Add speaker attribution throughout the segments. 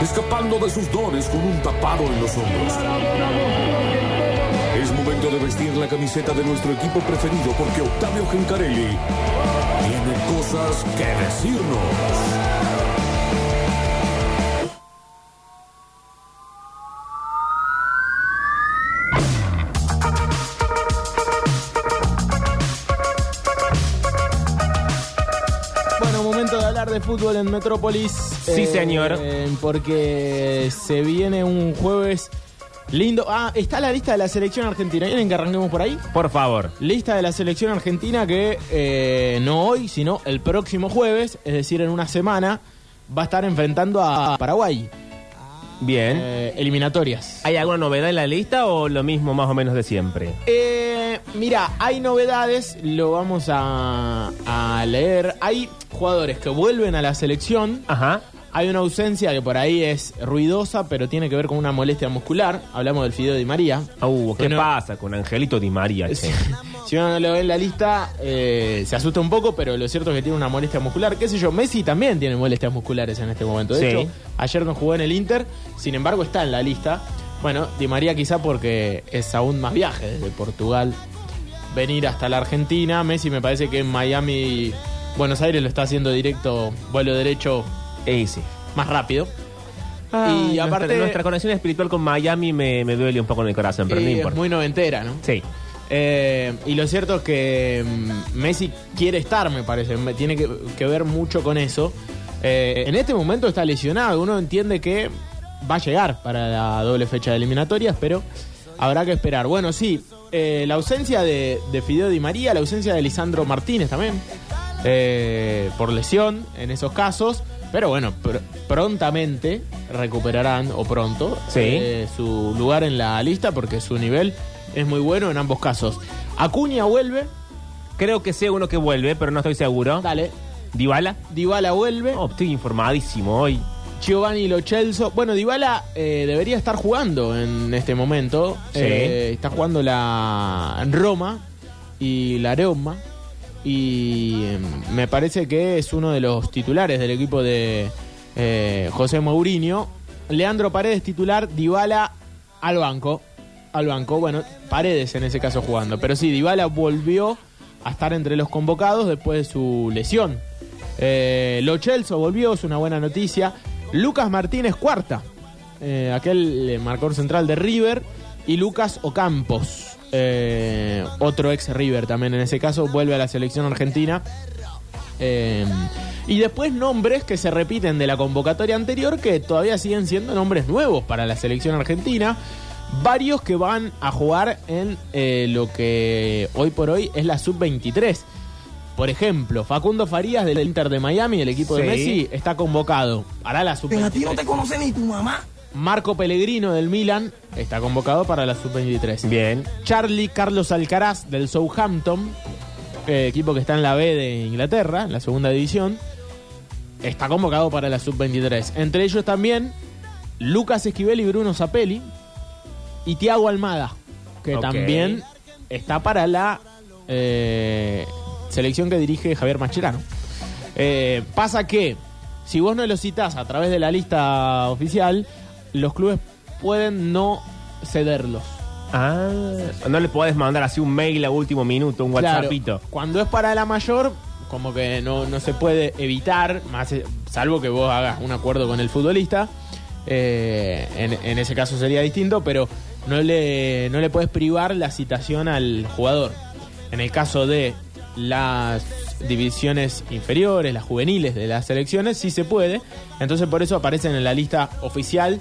Speaker 1: escapando de sus dones con un tapado en los hombros. Es momento de vestir la camiseta de nuestro equipo preferido porque Octavio Gencarelli tiene cosas que decirnos.
Speaker 2: Bueno, momento de hablar de fútbol en Metrópolis.
Speaker 3: Sí, señor.
Speaker 2: eh, Porque se viene un jueves lindo. Ah, está la lista de la selección argentina. ¿Quieren que arranquemos por ahí?
Speaker 3: Por favor.
Speaker 2: Lista de la selección argentina que eh, no hoy, sino el próximo jueves, es decir, en una semana, va a estar enfrentando a Paraguay.
Speaker 3: Bien.
Speaker 2: Eh, eliminatorias.
Speaker 3: ¿Hay alguna novedad en la lista o lo mismo más o menos de siempre?
Speaker 2: Eh, mira, hay novedades, lo vamos a, a leer. Hay jugadores que vuelven a la selección.
Speaker 3: Ajá.
Speaker 2: Hay una ausencia que por ahí es ruidosa, pero tiene que ver con una molestia muscular. Hablamos del Fideo Di María.
Speaker 3: Uh, ¿qué
Speaker 2: Que no-
Speaker 3: pasa con Angelito Di María? che?
Speaker 2: Si, si uno no lo ve en la lista, eh, se asusta un poco, pero lo cierto es que tiene una molestia muscular. ¿Qué sé yo? Messi también tiene molestias musculares en este momento. De
Speaker 3: Sí.
Speaker 2: hecho, ayer no jugó en el Inter, sin embargo está en la lista. Bueno, Di María quizá porque es aún más viaje desde Portugal venir hasta la Argentina. Messi me parece que en Miami, Buenos Aires lo está haciendo directo, vuelo derecho
Speaker 3: Eh, sí.
Speaker 2: más rápido.
Speaker 3: Ay,
Speaker 2: y
Speaker 3: nuestra-
Speaker 2: aparte,
Speaker 3: Nuestra, conexión espiritual con Miami me, me duele un poco en el corazón, pero no
Speaker 2: eh, es
Speaker 3: importa.
Speaker 2: muy noventera, ¿no?
Speaker 3: Sí.
Speaker 2: Eh, y lo cierto es que mm, Messi quiere estar, me parece. Me- Tiene que, que ver mucho con eso. Eh, en este momento está lesionado. Uno entiende que va a llegar para la doble fecha de eliminatorias, pero habrá que esperar. Bueno, sí, eh, la ausencia de, de Fideo Di María, la ausencia de Lisandro Martínez también, eh, por lesión en esos casos. Pero bueno, pr- prontamente recuperarán, o pronto,
Speaker 3: Sí.
Speaker 2: eh, su lugar en la lista porque su nivel es muy bueno en ambos casos. Acuña vuelve,
Speaker 3: Creo que sé uno que vuelve, pero no estoy seguro.
Speaker 2: dale.
Speaker 3: ¿Dibala?
Speaker 2: Dybala vuelve,
Speaker 3: Oh, estoy informadísimo hoy.
Speaker 2: Giovanni Lochelso. Bueno, Dybala eh, debería estar jugando en este momento.
Speaker 3: Sí.
Speaker 2: Eh, está jugando la Roma y la Roma. Y mm, me parece que es uno de los titulares del equipo de eh, José Mourinho. Leandro Paredes titular, Dybala al banco. Al banco, bueno, Paredes en ese caso jugando. Pero sí, Dybala volvió a estar entre los convocados después de su lesión. Eh, Lo Celso volvió, es una buena noticia. Lucas Martínez cuarta, eh, aquel eh, marcador central de River. Y Lucas Ocampos, eh, otro ex River también en ese caso, vuelve a la selección argentina. Eh, y después nombres que se repiten de la convocatoria anterior que todavía siguen siendo nombres nuevos para la selección argentina. Varios que van a jugar en eh, lo que hoy por hoy es la sub-23. Por ejemplo, Facundo Farías del Inter de Miami, del equipo de
Speaker 3: Sí.
Speaker 2: Messi, está convocado. Hará la
Speaker 4: A ti no
Speaker 2: sub-23.
Speaker 4: te conoce ni tu mamá.
Speaker 2: Marco Pellegrino del Milan está convocado para la sub-23.
Speaker 3: Bien.
Speaker 2: Charlie Carlos Alcaraz del Southampton, eh, equipo que está en la B de Inglaterra, en la segunda división, está convocado para la sub-23. Entre ellos también Lucas Esquivel y Bruno Zapelli y Tiago Almada, que
Speaker 3: Ok.
Speaker 2: también está para la eh, selección que dirige Javier Mascherano. Eh, pasa que si vos no lo citás a través de la lista oficial, los clubes pueden no cederlos.
Speaker 3: Ah, no le podés mandar así un mail a último minuto, un
Speaker 2: Claro,
Speaker 3: WhatsAppito.
Speaker 2: cuando es para la mayor, como que no, no se puede evitar, más eh, salvo que vos hagas un acuerdo con el futbolista. eh, en, en ese caso sería distinto, pero no le, no le puedes privar la citación al jugador. En el caso de las divisiones inferiores, las juveniles de las selecciones, sí se puede. Entonces por eso aparecen en la lista oficial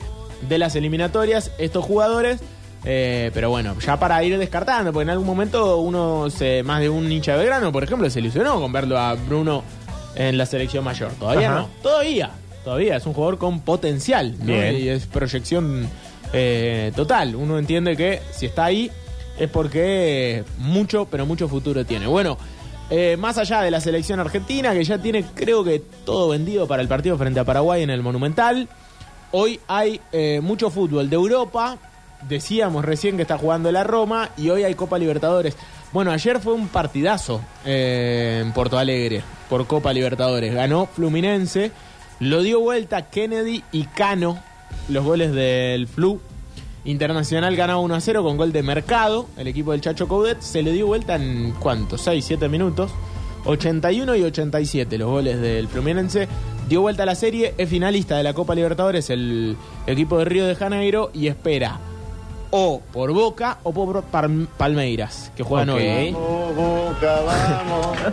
Speaker 2: de las eliminatorias estos jugadores. Eh, pero bueno, ya para ir descartando, porque en algún momento uno, se, más de un hincha de Belgrano, por ejemplo, se ilusionó con verlo a Bruno en la selección mayor. Todavía
Speaker 3: Ajá.
Speaker 2: no, todavía, todavía es un jugador con potencial ¿no?
Speaker 3: Bien.
Speaker 2: y es proyección eh, total. Uno entiende que si está ahí es porque mucho, pero mucho futuro tiene. Bueno, eh, más allá de la selección argentina, que ya tiene creo que todo vendido para el partido frente a Paraguay en el Monumental, hoy hay eh, mucho fútbol de Europa. Decíamos recién que está jugando la Roma y hoy hay Copa Libertadores. Bueno, ayer fue un partidazo eh, en Porto Alegre por Copa Libertadores. Ganó Fluminense, lo dio vuelta Kennedy y Cano, los goles del Flu. Internacional ganaba 1 a 0 con gol de mercado. El equipo del Chacho Coudet se le dio vuelta en cuánto? 6, 7 minutos. 81 y 87 los goles del Fluminense. Dio vuelta a la serie, es finalista de la Copa Libertadores el equipo de Río de Janeiro y espera o por Boca o por Par- Palmeiras, que juegan
Speaker 3: Ok.
Speaker 2: hoy.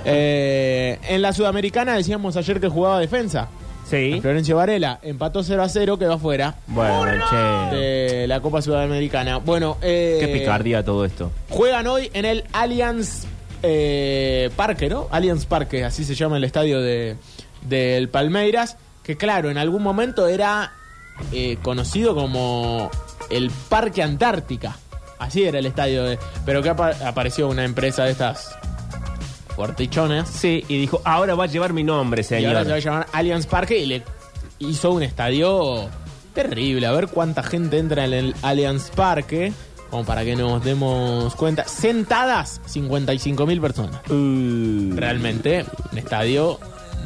Speaker 2: Eh, en la Sudamericana decíamos ayer que jugaba defensa.
Speaker 3: Sí.
Speaker 2: Florencio Varela empató 0 a 0, quedó afuera
Speaker 3: Bueno, che.
Speaker 2: de la Copa Sudamericana. Bueno, eh,
Speaker 3: Qué picardía todo esto.
Speaker 2: Juegan hoy en el Allianz eh, Parque, ¿no? Allianz Parque, así se llama el estadio de del Palmeiras, que claro, en algún momento era eh, conocido como el Parque Antártica. Así era el estadio, de, pero que apa- apareció una empresa de estas fortichonas
Speaker 3: Sí, y dijo, ahora va a llevar mi nombre,
Speaker 2: y ahora
Speaker 3: señor.
Speaker 2: se va a llamar Allianz Parque y le hizo un estadio terrible. A ver cuánta gente entra en el Allianz Parque. Como para que nos demos cuenta. Sentadas, 55 mil personas.
Speaker 3: Uh.
Speaker 2: Realmente, un estadio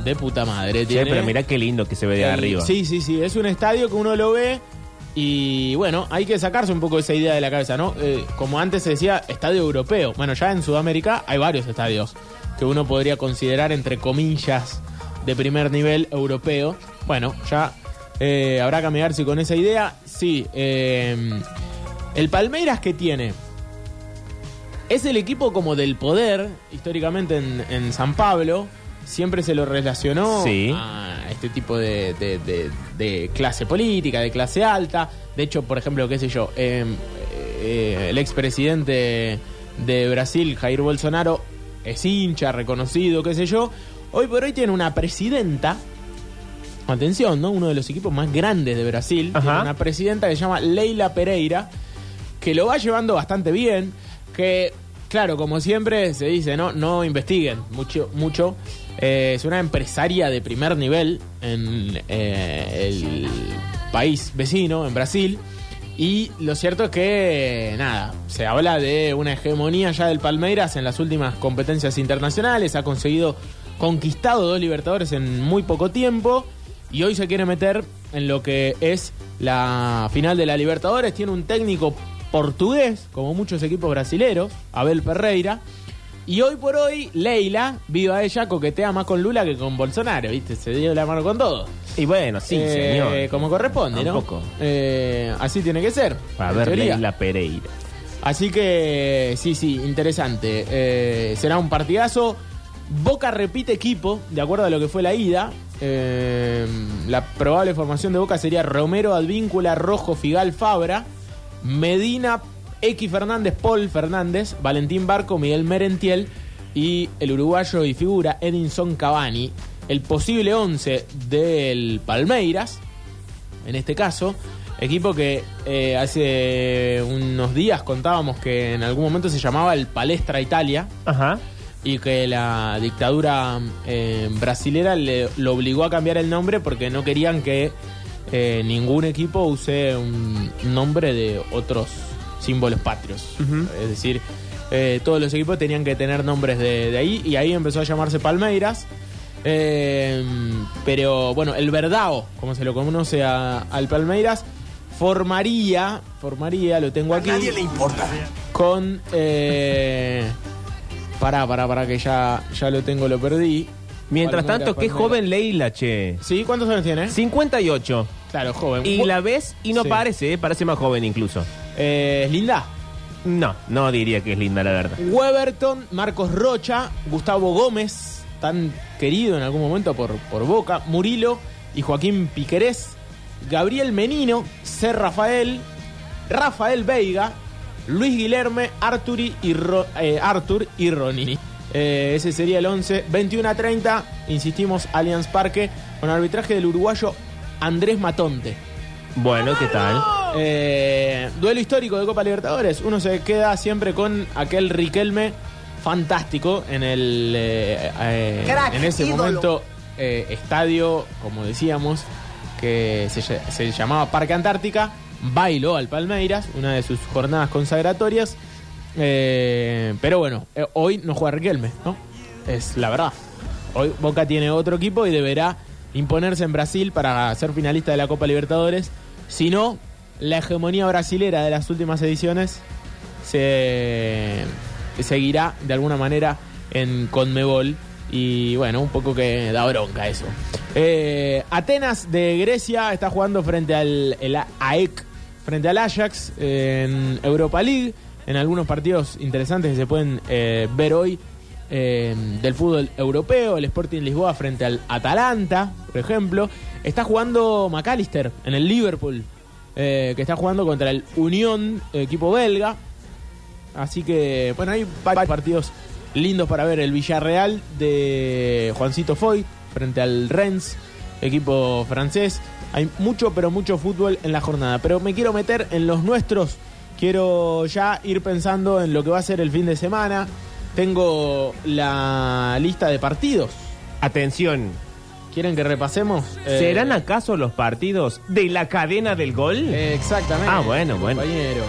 Speaker 2: de puta madre.
Speaker 3: Che,
Speaker 2: tiene
Speaker 3: pero mirá qué lindo que se ve de
Speaker 2: el-
Speaker 3: arriba.
Speaker 2: Eh, Sí, sí, sí. Es un estadio que uno lo ve. Y bueno, hay que sacarse un poco esa idea de la cabeza, ¿no? Eh, como antes se decía, estadio europeo. Bueno, ya en Sudamérica hay varios estadios que uno podría considerar, entre comillas, de primer nivel europeo. Bueno, ya eh, habrá que amigarse con esa idea. Sí, eh, el Palmeiras que tiene es el equipo como del poder, históricamente en, en San Pablo. Siempre se lo relacionó
Speaker 3: Sí.
Speaker 2: a este tipo de, de- de- de clase política, de clase alta. De hecho, por ejemplo, qué sé yo, eh, eh, el expresidente de Brasil, Jair Bolsonaro, es hincha, reconocido, qué sé yo. Hoy por hoy tiene una presidenta, atención, ¿no? Uno de los equipos más grandes de Brasil.
Speaker 3: Ajá.
Speaker 2: Tiene una presidenta que se llama Leila Pereira que lo va llevando bastante bien, que claro, como siempre se dice, no, no investiguen mucho, mucho. Eh, es una empresaria de primer nivel en eh, el país vecino, en Brasil. Y lo cierto es que, nada, se habla de una hegemonía ya del Palmeiras en las últimas competencias internacionales. Ha conseguido, conquistado dos Libertadores en muy poco tiempo. Y hoy se quiere meter en lo que es la final de la Libertadores. Tiene un técnico portugués, como muchos equipos brasileros, Abel Ferreira. Y hoy por hoy, Leila, viva ella, coquetea más con Lula que con Bolsonaro, ¿viste? Se dio la mano con todo.
Speaker 3: Y bueno, sí,
Speaker 2: Eh,
Speaker 3: señor.
Speaker 2: Como corresponde, ¿no?
Speaker 3: Tampoco.
Speaker 2: Eh, así tiene que ser.
Speaker 3: Para
Speaker 2: en
Speaker 3: ver
Speaker 2: teoría.
Speaker 3: Leila Pereira.
Speaker 2: Así que, sí, sí, interesante. Eh, será un partidazo. Boca repite equipo, de acuerdo a lo que fue la ida. Eh, la probable formación de Boca sería Romero, Advíncula, Rojo, Figal, Fabra, Medina, X Fernández, Paul Fernández, Valentín Barco, Miguel Merentiel y el uruguayo y figura Edinson Cavani. El posible 11 del Palmeiras, en este caso. Equipo que eh, hace unos días contábamos que en algún momento se llamaba el Palestra Italia
Speaker 3: Ajá.
Speaker 2: y que la dictadura eh, brasilera le, lo obligó a cambiar el nombre porque no querían que eh, ningún equipo use un nombre de otros símbolos patrios. Es decir, eh, todos los equipos tenían que tener nombres de, de ahí y ahí empezó a llamarse Palmeiras. Eh, pero bueno, el Verdao, como se lo conoce a- al Palmeiras, formaría, formaría, lo tengo aquí. Con. Eh, pará, pará, pará, que ya, ya lo tengo, lo perdí.
Speaker 3: Mientras
Speaker 2: Palmera,
Speaker 3: tanto, qué
Speaker 2: Palmera.
Speaker 3: joven Leila, che.
Speaker 2: Sí, ¿cuántos años tiene?
Speaker 3: 58.
Speaker 2: Claro, joven.
Speaker 3: Y la ves y no
Speaker 2: Sí.
Speaker 3: parece, eh, parece más joven incluso.
Speaker 2: Eh, es linda.
Speaker 3: No, no diría que es linda, la verdad.
Speaker 2: Weberton, Marcos Rocha, Gustavo Gómez, tan querido en algún momento por, por Boca, Murilo y Joaquín Piquerés, Gabriel Menino, C. Rafael, Rafael Veiga, Luis Guilherme, Arturi y Ro- eh, Artur y Ronini. Eh, ese sería el 11. 21 a 30, insistimos, Allianz Parque, con arbitraje del uruguayo Andrés Matonte.
Speaker 3: Bueno, ¿qué tal?
Speaker 2: Eh, duelo histórico de Copa Libertadores. Uno se queda siempre con aquel Riquelme fantástico en el eh, eh,
Speaker 4: Crack,
Speaker 2: en ese
Speaker 4: ídolo.
Speaker 2: momento eh, estadio, como decíamos, que se, ll- se llamaba Parque Antártica. Bailó al Palmeiras, una de sus jornadas consagratorias. Eh, pero bueno, eh, hoy no juega Riquelme, ¿no? Es la verdad. Hoy Boca tiene otro equipo y deberá imponerse en Brasil para ser finalista de la Copa Libertadores. Si no, la hegemonía brasilera de las últimas ediciones se seguirá de alguna manera en Conmebol. Y bueno, un poco que da bronca eso. Eh, Atenas de Grecia está jugando frente al el A- AEK, frente al Ajax eh, en Europa League. En algunos partidos interesantes que se pueden eh, ver hoy eh, del fútbol europeo, el Sporting Lisboa frente al Atalanta, por ejemplo. Está jugando McAllister en el Liverpool, eh, que está jugando contra el Unión, equipo belga. Así que, bueno, hay varios partidos lindos para ver. El Villarreal de Juancito Foy frente al Rennes, equipo francés. Hay mucho, pero mucho fútbol en la jornada. Pero me quiero meter en los nuestros. Quiero ya ir pensando en lo que va a ser el fin de semana. Tengo la lista de partidos.
Speaker 3: Atención.
Speaker 2: ¿Quieren que repasemos? Eh,
Speaker 3: ¿Serán acaso los partidos de la cadena del gol?
Speaker 2: Eh, Exactamente.
Speaker 3: Ah, bueno, bueno.
Speaker 2: compañero.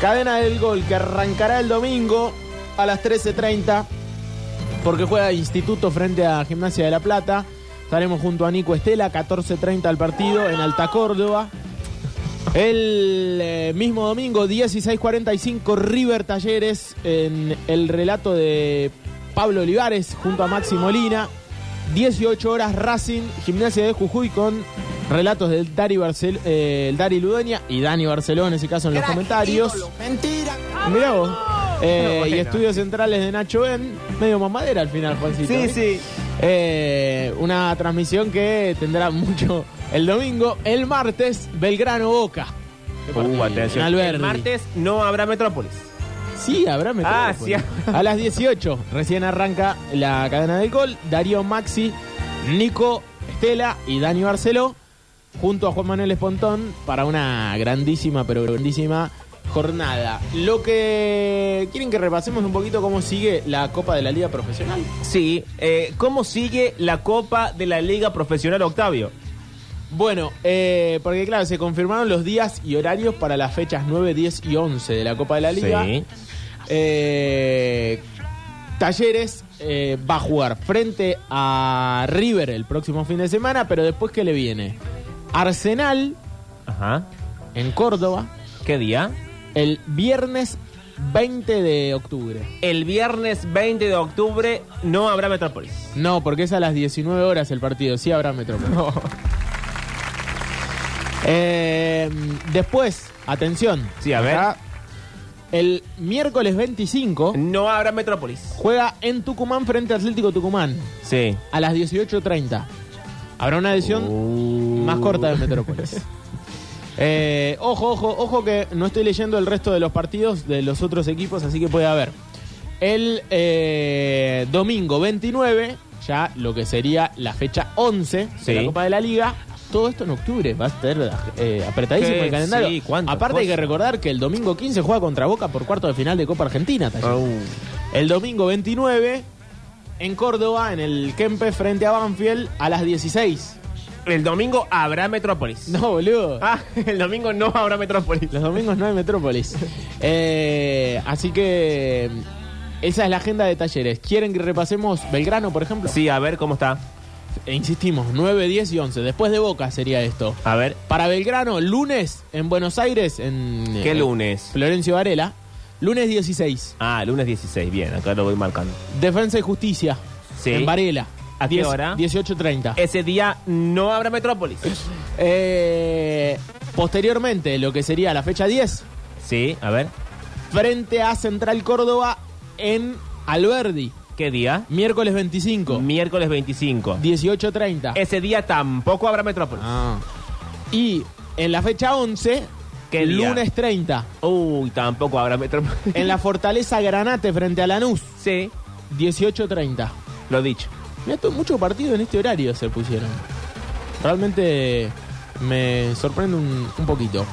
Speaker 2: Cadena del gol que arrancará el domingo a las 13.30 porque juega Instituto frente a Gimnasia de La Plata. Estaremos junto a Nico Estela, 14.30 al partido en Alta Córdoba. El eh, mismo domingo, 16.45, River Talleres en el relato de Pablo Olivares junto a Maxi Molina. 18 horas Racing, Gimnasia de Jujuy con relatos del Dari, Barcel eh, el Dari Ludueña y Dani Barcelona en ese caso en los
Speaker 4: Crack,
Speaker 2: comentarios.
Speaker 4: ídolo. Mentira. Ah,
Speaker 2: Mirá vos. Eh,
Speaker 3: Bueno, bueno.
Speaker 2: Y estudios centrales de Nacho Ben, medio mamadera al final, Juancito. ¿eh? Eh, una transmisión que tendrá mucho el domingo. El martes, Belgrano Boca. Qué
Speaker 3: Uh,
Speaker 2: partido.
Speaker 3: atención.
Speaker 2: En Alberdi.
Speaker 3: El martes no habrá Metrópolis.
Speaker 2: Sí, habrá
Speaker 3: Ah,
Speaker 2: Metrópolis.
Speaker 3: sí.
Speaker 2: A las 18 recién arranca la cadena del gol. Darío Maxi, Nico Estela y Dani Barceló junto a Juan Manuel Espontón para una grandísima, pero grandísima jornada. Lo que quieren que repasemos un poquito cómo sigue la Copa de la Liga Profesional.
Speaker 3: Sí. eh, ¿Cómo sigue la Copa de la Liga Profesional, Octavio?
Speaker 2: Bueno, eh, porque claro, se confirmaron los días y horarios para las fechas 9, 10 y 11 de la Copa de la Liga.
Speaker 3: Sí.
Speaker 2: Eh, Talleres eh, va a jugar frente a River el próximo fin de semana, pero después que le viene Arsenal
Speaker 3: Ajá.
Speaker 2: en Córdoba
Speaker 3: ¿Qué día?
Speaker 2: el viernes 20 de octubre.
Speaker 3: El viernes 20 de octubre no habrá Metrópolis.
Speaker 2: No, porque es a las 19 horas el partido, sí habrá Metrópolis. Eh, después, atención.
Speaker 3: Sí, a ver.
Speaker 2: Acá, el miércoles 25
Speaker 3: No habrá Metrópolis.
Speaker 2: juega en Tucumán frente a Atlético Tucumán
Speaker 3: Sí.
Speaker 2: a las 18.30. Habrá una edición
Speaker 3: Oh. Uh.
Speaker 2: más corta de Metrópolis. Eh, ojo, ojo, ojo que no estoy leyendo el resto de los partidos de los otros equipos, así que puede haber. El eh, domingo 29, ya lo que sería la fecha 11
Speaker 3: Sí.
Speaker 2: de la Copa de la Liga. Todo esto en octubre, va a estar eh, apretadísimo
Speaker 3: Que
Speaker 2: el calendario.
Speaker 3: sí, cuántas
Speaker 2: Aparte hay que
Speaker 3: cosas.
Speaker 2: recordar que el domingo 15 juega contra Boca por cuarto de final de Copa Argentina. Taller.
Speaker 3: Oh.
Speaker 2: El domingo 29 en Córdoba, en el Kempe, frente a Banfield, a las 16.
Speaker 3: El domingo habrá Metrópolis.
Speaker 2: No, boludo.
Speaker 3: Ah, el domingo no habrá Metrópolis.
Speaker 2: Los domingos no hay Metrópolis. Eh, así que esa es la agenda de talleres. ¿Quieren que repasemos Belgrano, por ejemplo?
Speaker 3: Sí, a ver cómo está.
Speaker 2: E insistimos, 9, 10 y 11. Después de Boca sería esto.
Speaker 3: A ver.
Speaker 2: Para Belgrano, lunes en Buenos Aires, en...
Speaker 3: ¿Qué
Speaker 2: eh,
Speaker 3: lunes?
Speaker 2: Florencio Varela. Lunes 16.
Speaker 3: Ah, lunes 16. Bien, acá lo voy marcando.
Speaker 2: Defensa y Justicia.
Speaker 3: Sí.
Speaker 2: En Varela.
Speaker 3: ¿A qué
Speaker 2: Diez-
Speaker 3: hora?
Speaker 2: 18.30.
Speaker 3: Ese día no habrá Metrópolis.
Speaker 2: Eh, posteriormente, lo que sería la fecha 10,
Speaker 3: Sí, a ver.
Speaker 2: frente a Central Córdoba en Alberdi,
Speaker 3: ¿Qué día?
Speaker 2: miércoles 25,
Speaker 3: Miércoles 25.
Speaker 2: 18.30.
Speaker 3: Ese día tampoco habrá Metrópolis.
Speaker 2: Ah. Y en la fecha 11,
Speaker 3: ¿Qué día?
Speaker 2: lunes 30,
Speaker 3: Ah. Uy, tampoco habrá Metrópolis.
Speaker 2: en la Fortaleza Granate frente a Lanús,
Speaker 3: Sí,
Speaker 2: 18.30.
Speaker 3: lo dicho.
Speaker 2: Mira, to- mucho partido en este horario se pusieron. Realmente me sorprende un, un poquito.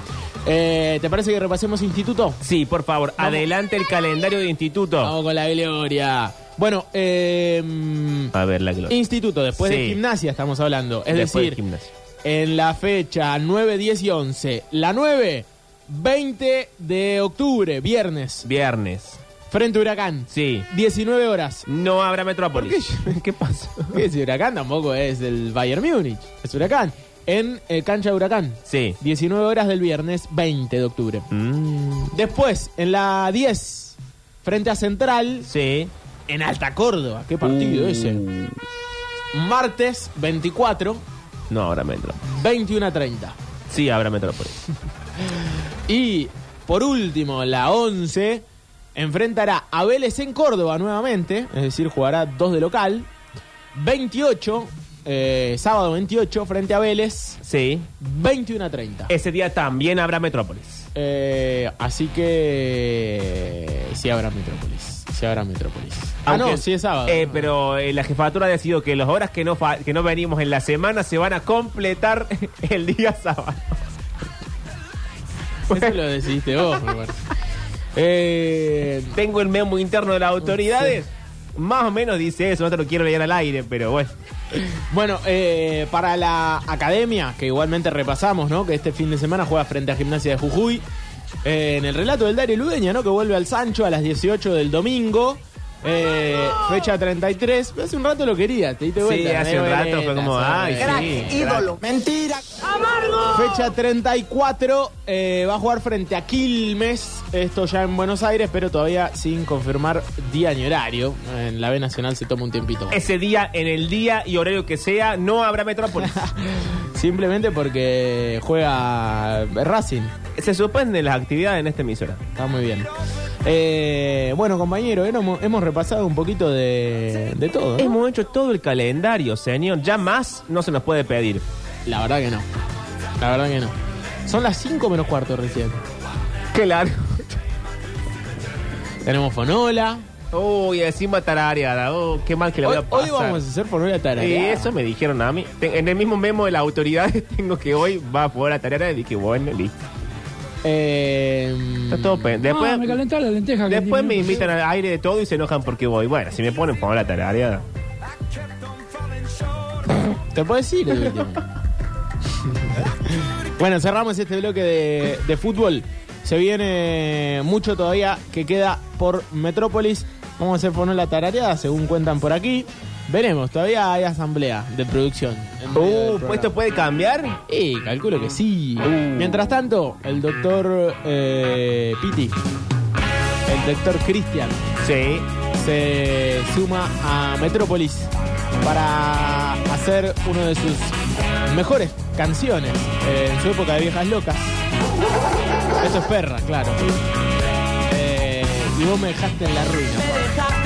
Speaker 2: Eh, ¿Te parece que repasemos instituto?
Speaker 3: Sí, por favor, adelante el calendario de instituto.
Speaker 2: Vamos con la gloria. Bueno, eh,
Speaker 3: A ver, la gloria.
Speaker 2: Instituto, después de
Speaker 3: Ah. Sí.
Speaker 2: gimnasia estamos hablando. Es
Speaker 3: Después del
Speaker 2: decir,
Speaker 3: gimnasio.
Speaker 2: en la fecha 9, 10 y 11. La 9, 20 de octubre, viernes,
Speaker 3: Viernes.
Speaker 2: frente a Huracán.
Speaker 3: Sí.
Speaker 2: 19 horas.
Speaker 3: No habrá Metrópolis.
Speaker 2: qué? pasa? Ese Huracán tampoco es del Bayern Múnich, es Huracán. En eh, cancha de Huracán.
Speaker 3: Sí.
Speaker 2: 19 horas del viernes 20 de octubre.
Speaker 3: Mm,
Speaker 2: Después, en la 10, frente a Central,
Speaker 3: sí.
Speaker 2: en Alta Córdoba. Qué partido
Speaker 3: Uh,
Speaker 2: ese. Martes 24,
Speaker 3: No habrá Metrópolis.
Speaker 2: 21 a 30.
Speaker 3: Sí, habrá Metrópolis.
Speaker 2: Y por último, la 11 enfrentará a Vélez en Córdoba nuevamente, es decir, jugará dos de local. 28, eh, sábado 28, frente a Vélez,
Speaker 3: Sí.
Speaker 2: 21 a 30.
Speaker 3: Ese día también habrá Metrópolis.
Speaker 2: Eh, así que sí habrá Metrópolis. Sí habrá Metrópolis. Ah,
Speaker 3: Aunque-
Speaker 2: no, sí es sábado.
Speaker 3: Eh, pero eh, la jefatura ha decidido que las horas que no, fa- que no venimos en la semana se van a completar el día sábado.
Speaker 2: Eso lo decidiste vos, me parece. Eh,
Speaker 3: Tengo el memo interno de las autoridades. Más o menos dice eso, no te lo quiero leer al aire, pero bueno.
Speaker 2: Bueno, eh, para la academia, que igualmente repasamos, ¿no? Que este fin de semana juega frente a Gimnasia de Jujuy. Eh, en el relato del Dario Ludeña, ¿no? Que vuelve al Sancho a las 18 del domingo. Eh, fecha 33. Hace un rato lo quería, te diste
Speaker 3: Sí,
Speaker 2: vuelta.
Speaker 3: hace un rato fue como, ay, sí.
Speaker 4: ídolo. Mentira.
Speaker 2: Fecha 34, eh, va a jugar frente a Quilmes, esto ya en Buenos Aires, pero todavía sin confirmar día ni horario. En la B Nacional se toma un tiempito.
Speaker 3: Ese día, en el día y horario que sea, no habrá Metrópolis.
Speaker 2: Simplemente porque juega Racing.
Speaker 3: Se suspenden las actividades en esta emisora.
Speaker 2: Está muy bien. Eh, bueno, compañero, hemos, hemos repasado un poquito de, de todo. ¿no?
Speaker 3: Hemos hecho todo el calendario, señor. Ya más no se nos puede pedir.
Speaker 2: La verdad que no. La verdad que no. Son las 5 menos cuarto recién.
Speaker 3: Claro.
Speaker 2: Tenemos Fonola.
Speaker 3: Uy, encima tarareada. Oh, qué mal que la voy
Speaker 2: Hoy,
Speaker 3: a pasar.
Speaker 2: hoy vamos a hacer Fonola
Speaker 3: Y
Speaker 2: tarea.
Speaker 3: eso me dijeron a mí. Ten- En el mismo memo de las autoridades tengo que hoy va a jugar la tarea y dije, bueno, listo.
Speaker 2: Eh, Mm.
Speaker 3: Está todo pen- Después,
Speaker 5: Ah, me calentaba la lenteja. que
Speaker 3: Después
Speaker 5: tiene
Speaker 3: me
Speaker 5: minutos.
Speaker 3: invitan al aire de todo y se enojan porque voy. Bueno, si me ponen, pongo la tarea.
Speaker 2: Te puedo decir. el último. bueno, cerramos este bloque de, de fútbol. Se viene mucho todavía que queda por Metrópolis. Vamos a hacer poner la tarareada, según cuentan por aquí. Veremos, todavía hay asamblea de producción. en medio del
Speaker 3: Uh,
Speaker 2: programa.
Speaker 3: pues esto puede cambiar.
Speaker 2: Eh, calculo que sí.
Speaker 3: Uh.
Speaker 2: Mientras tanto, el doctor eh, Piti, el doctor Cristian,
Speaker 3: Sí.
Speaker 2: se suma a Metrópolis para hacer uno de sus mejores canciones eh, en su época de viejas locas. Esto es perra, claro. Eh, y vos me dejaste en la ruina. Juan.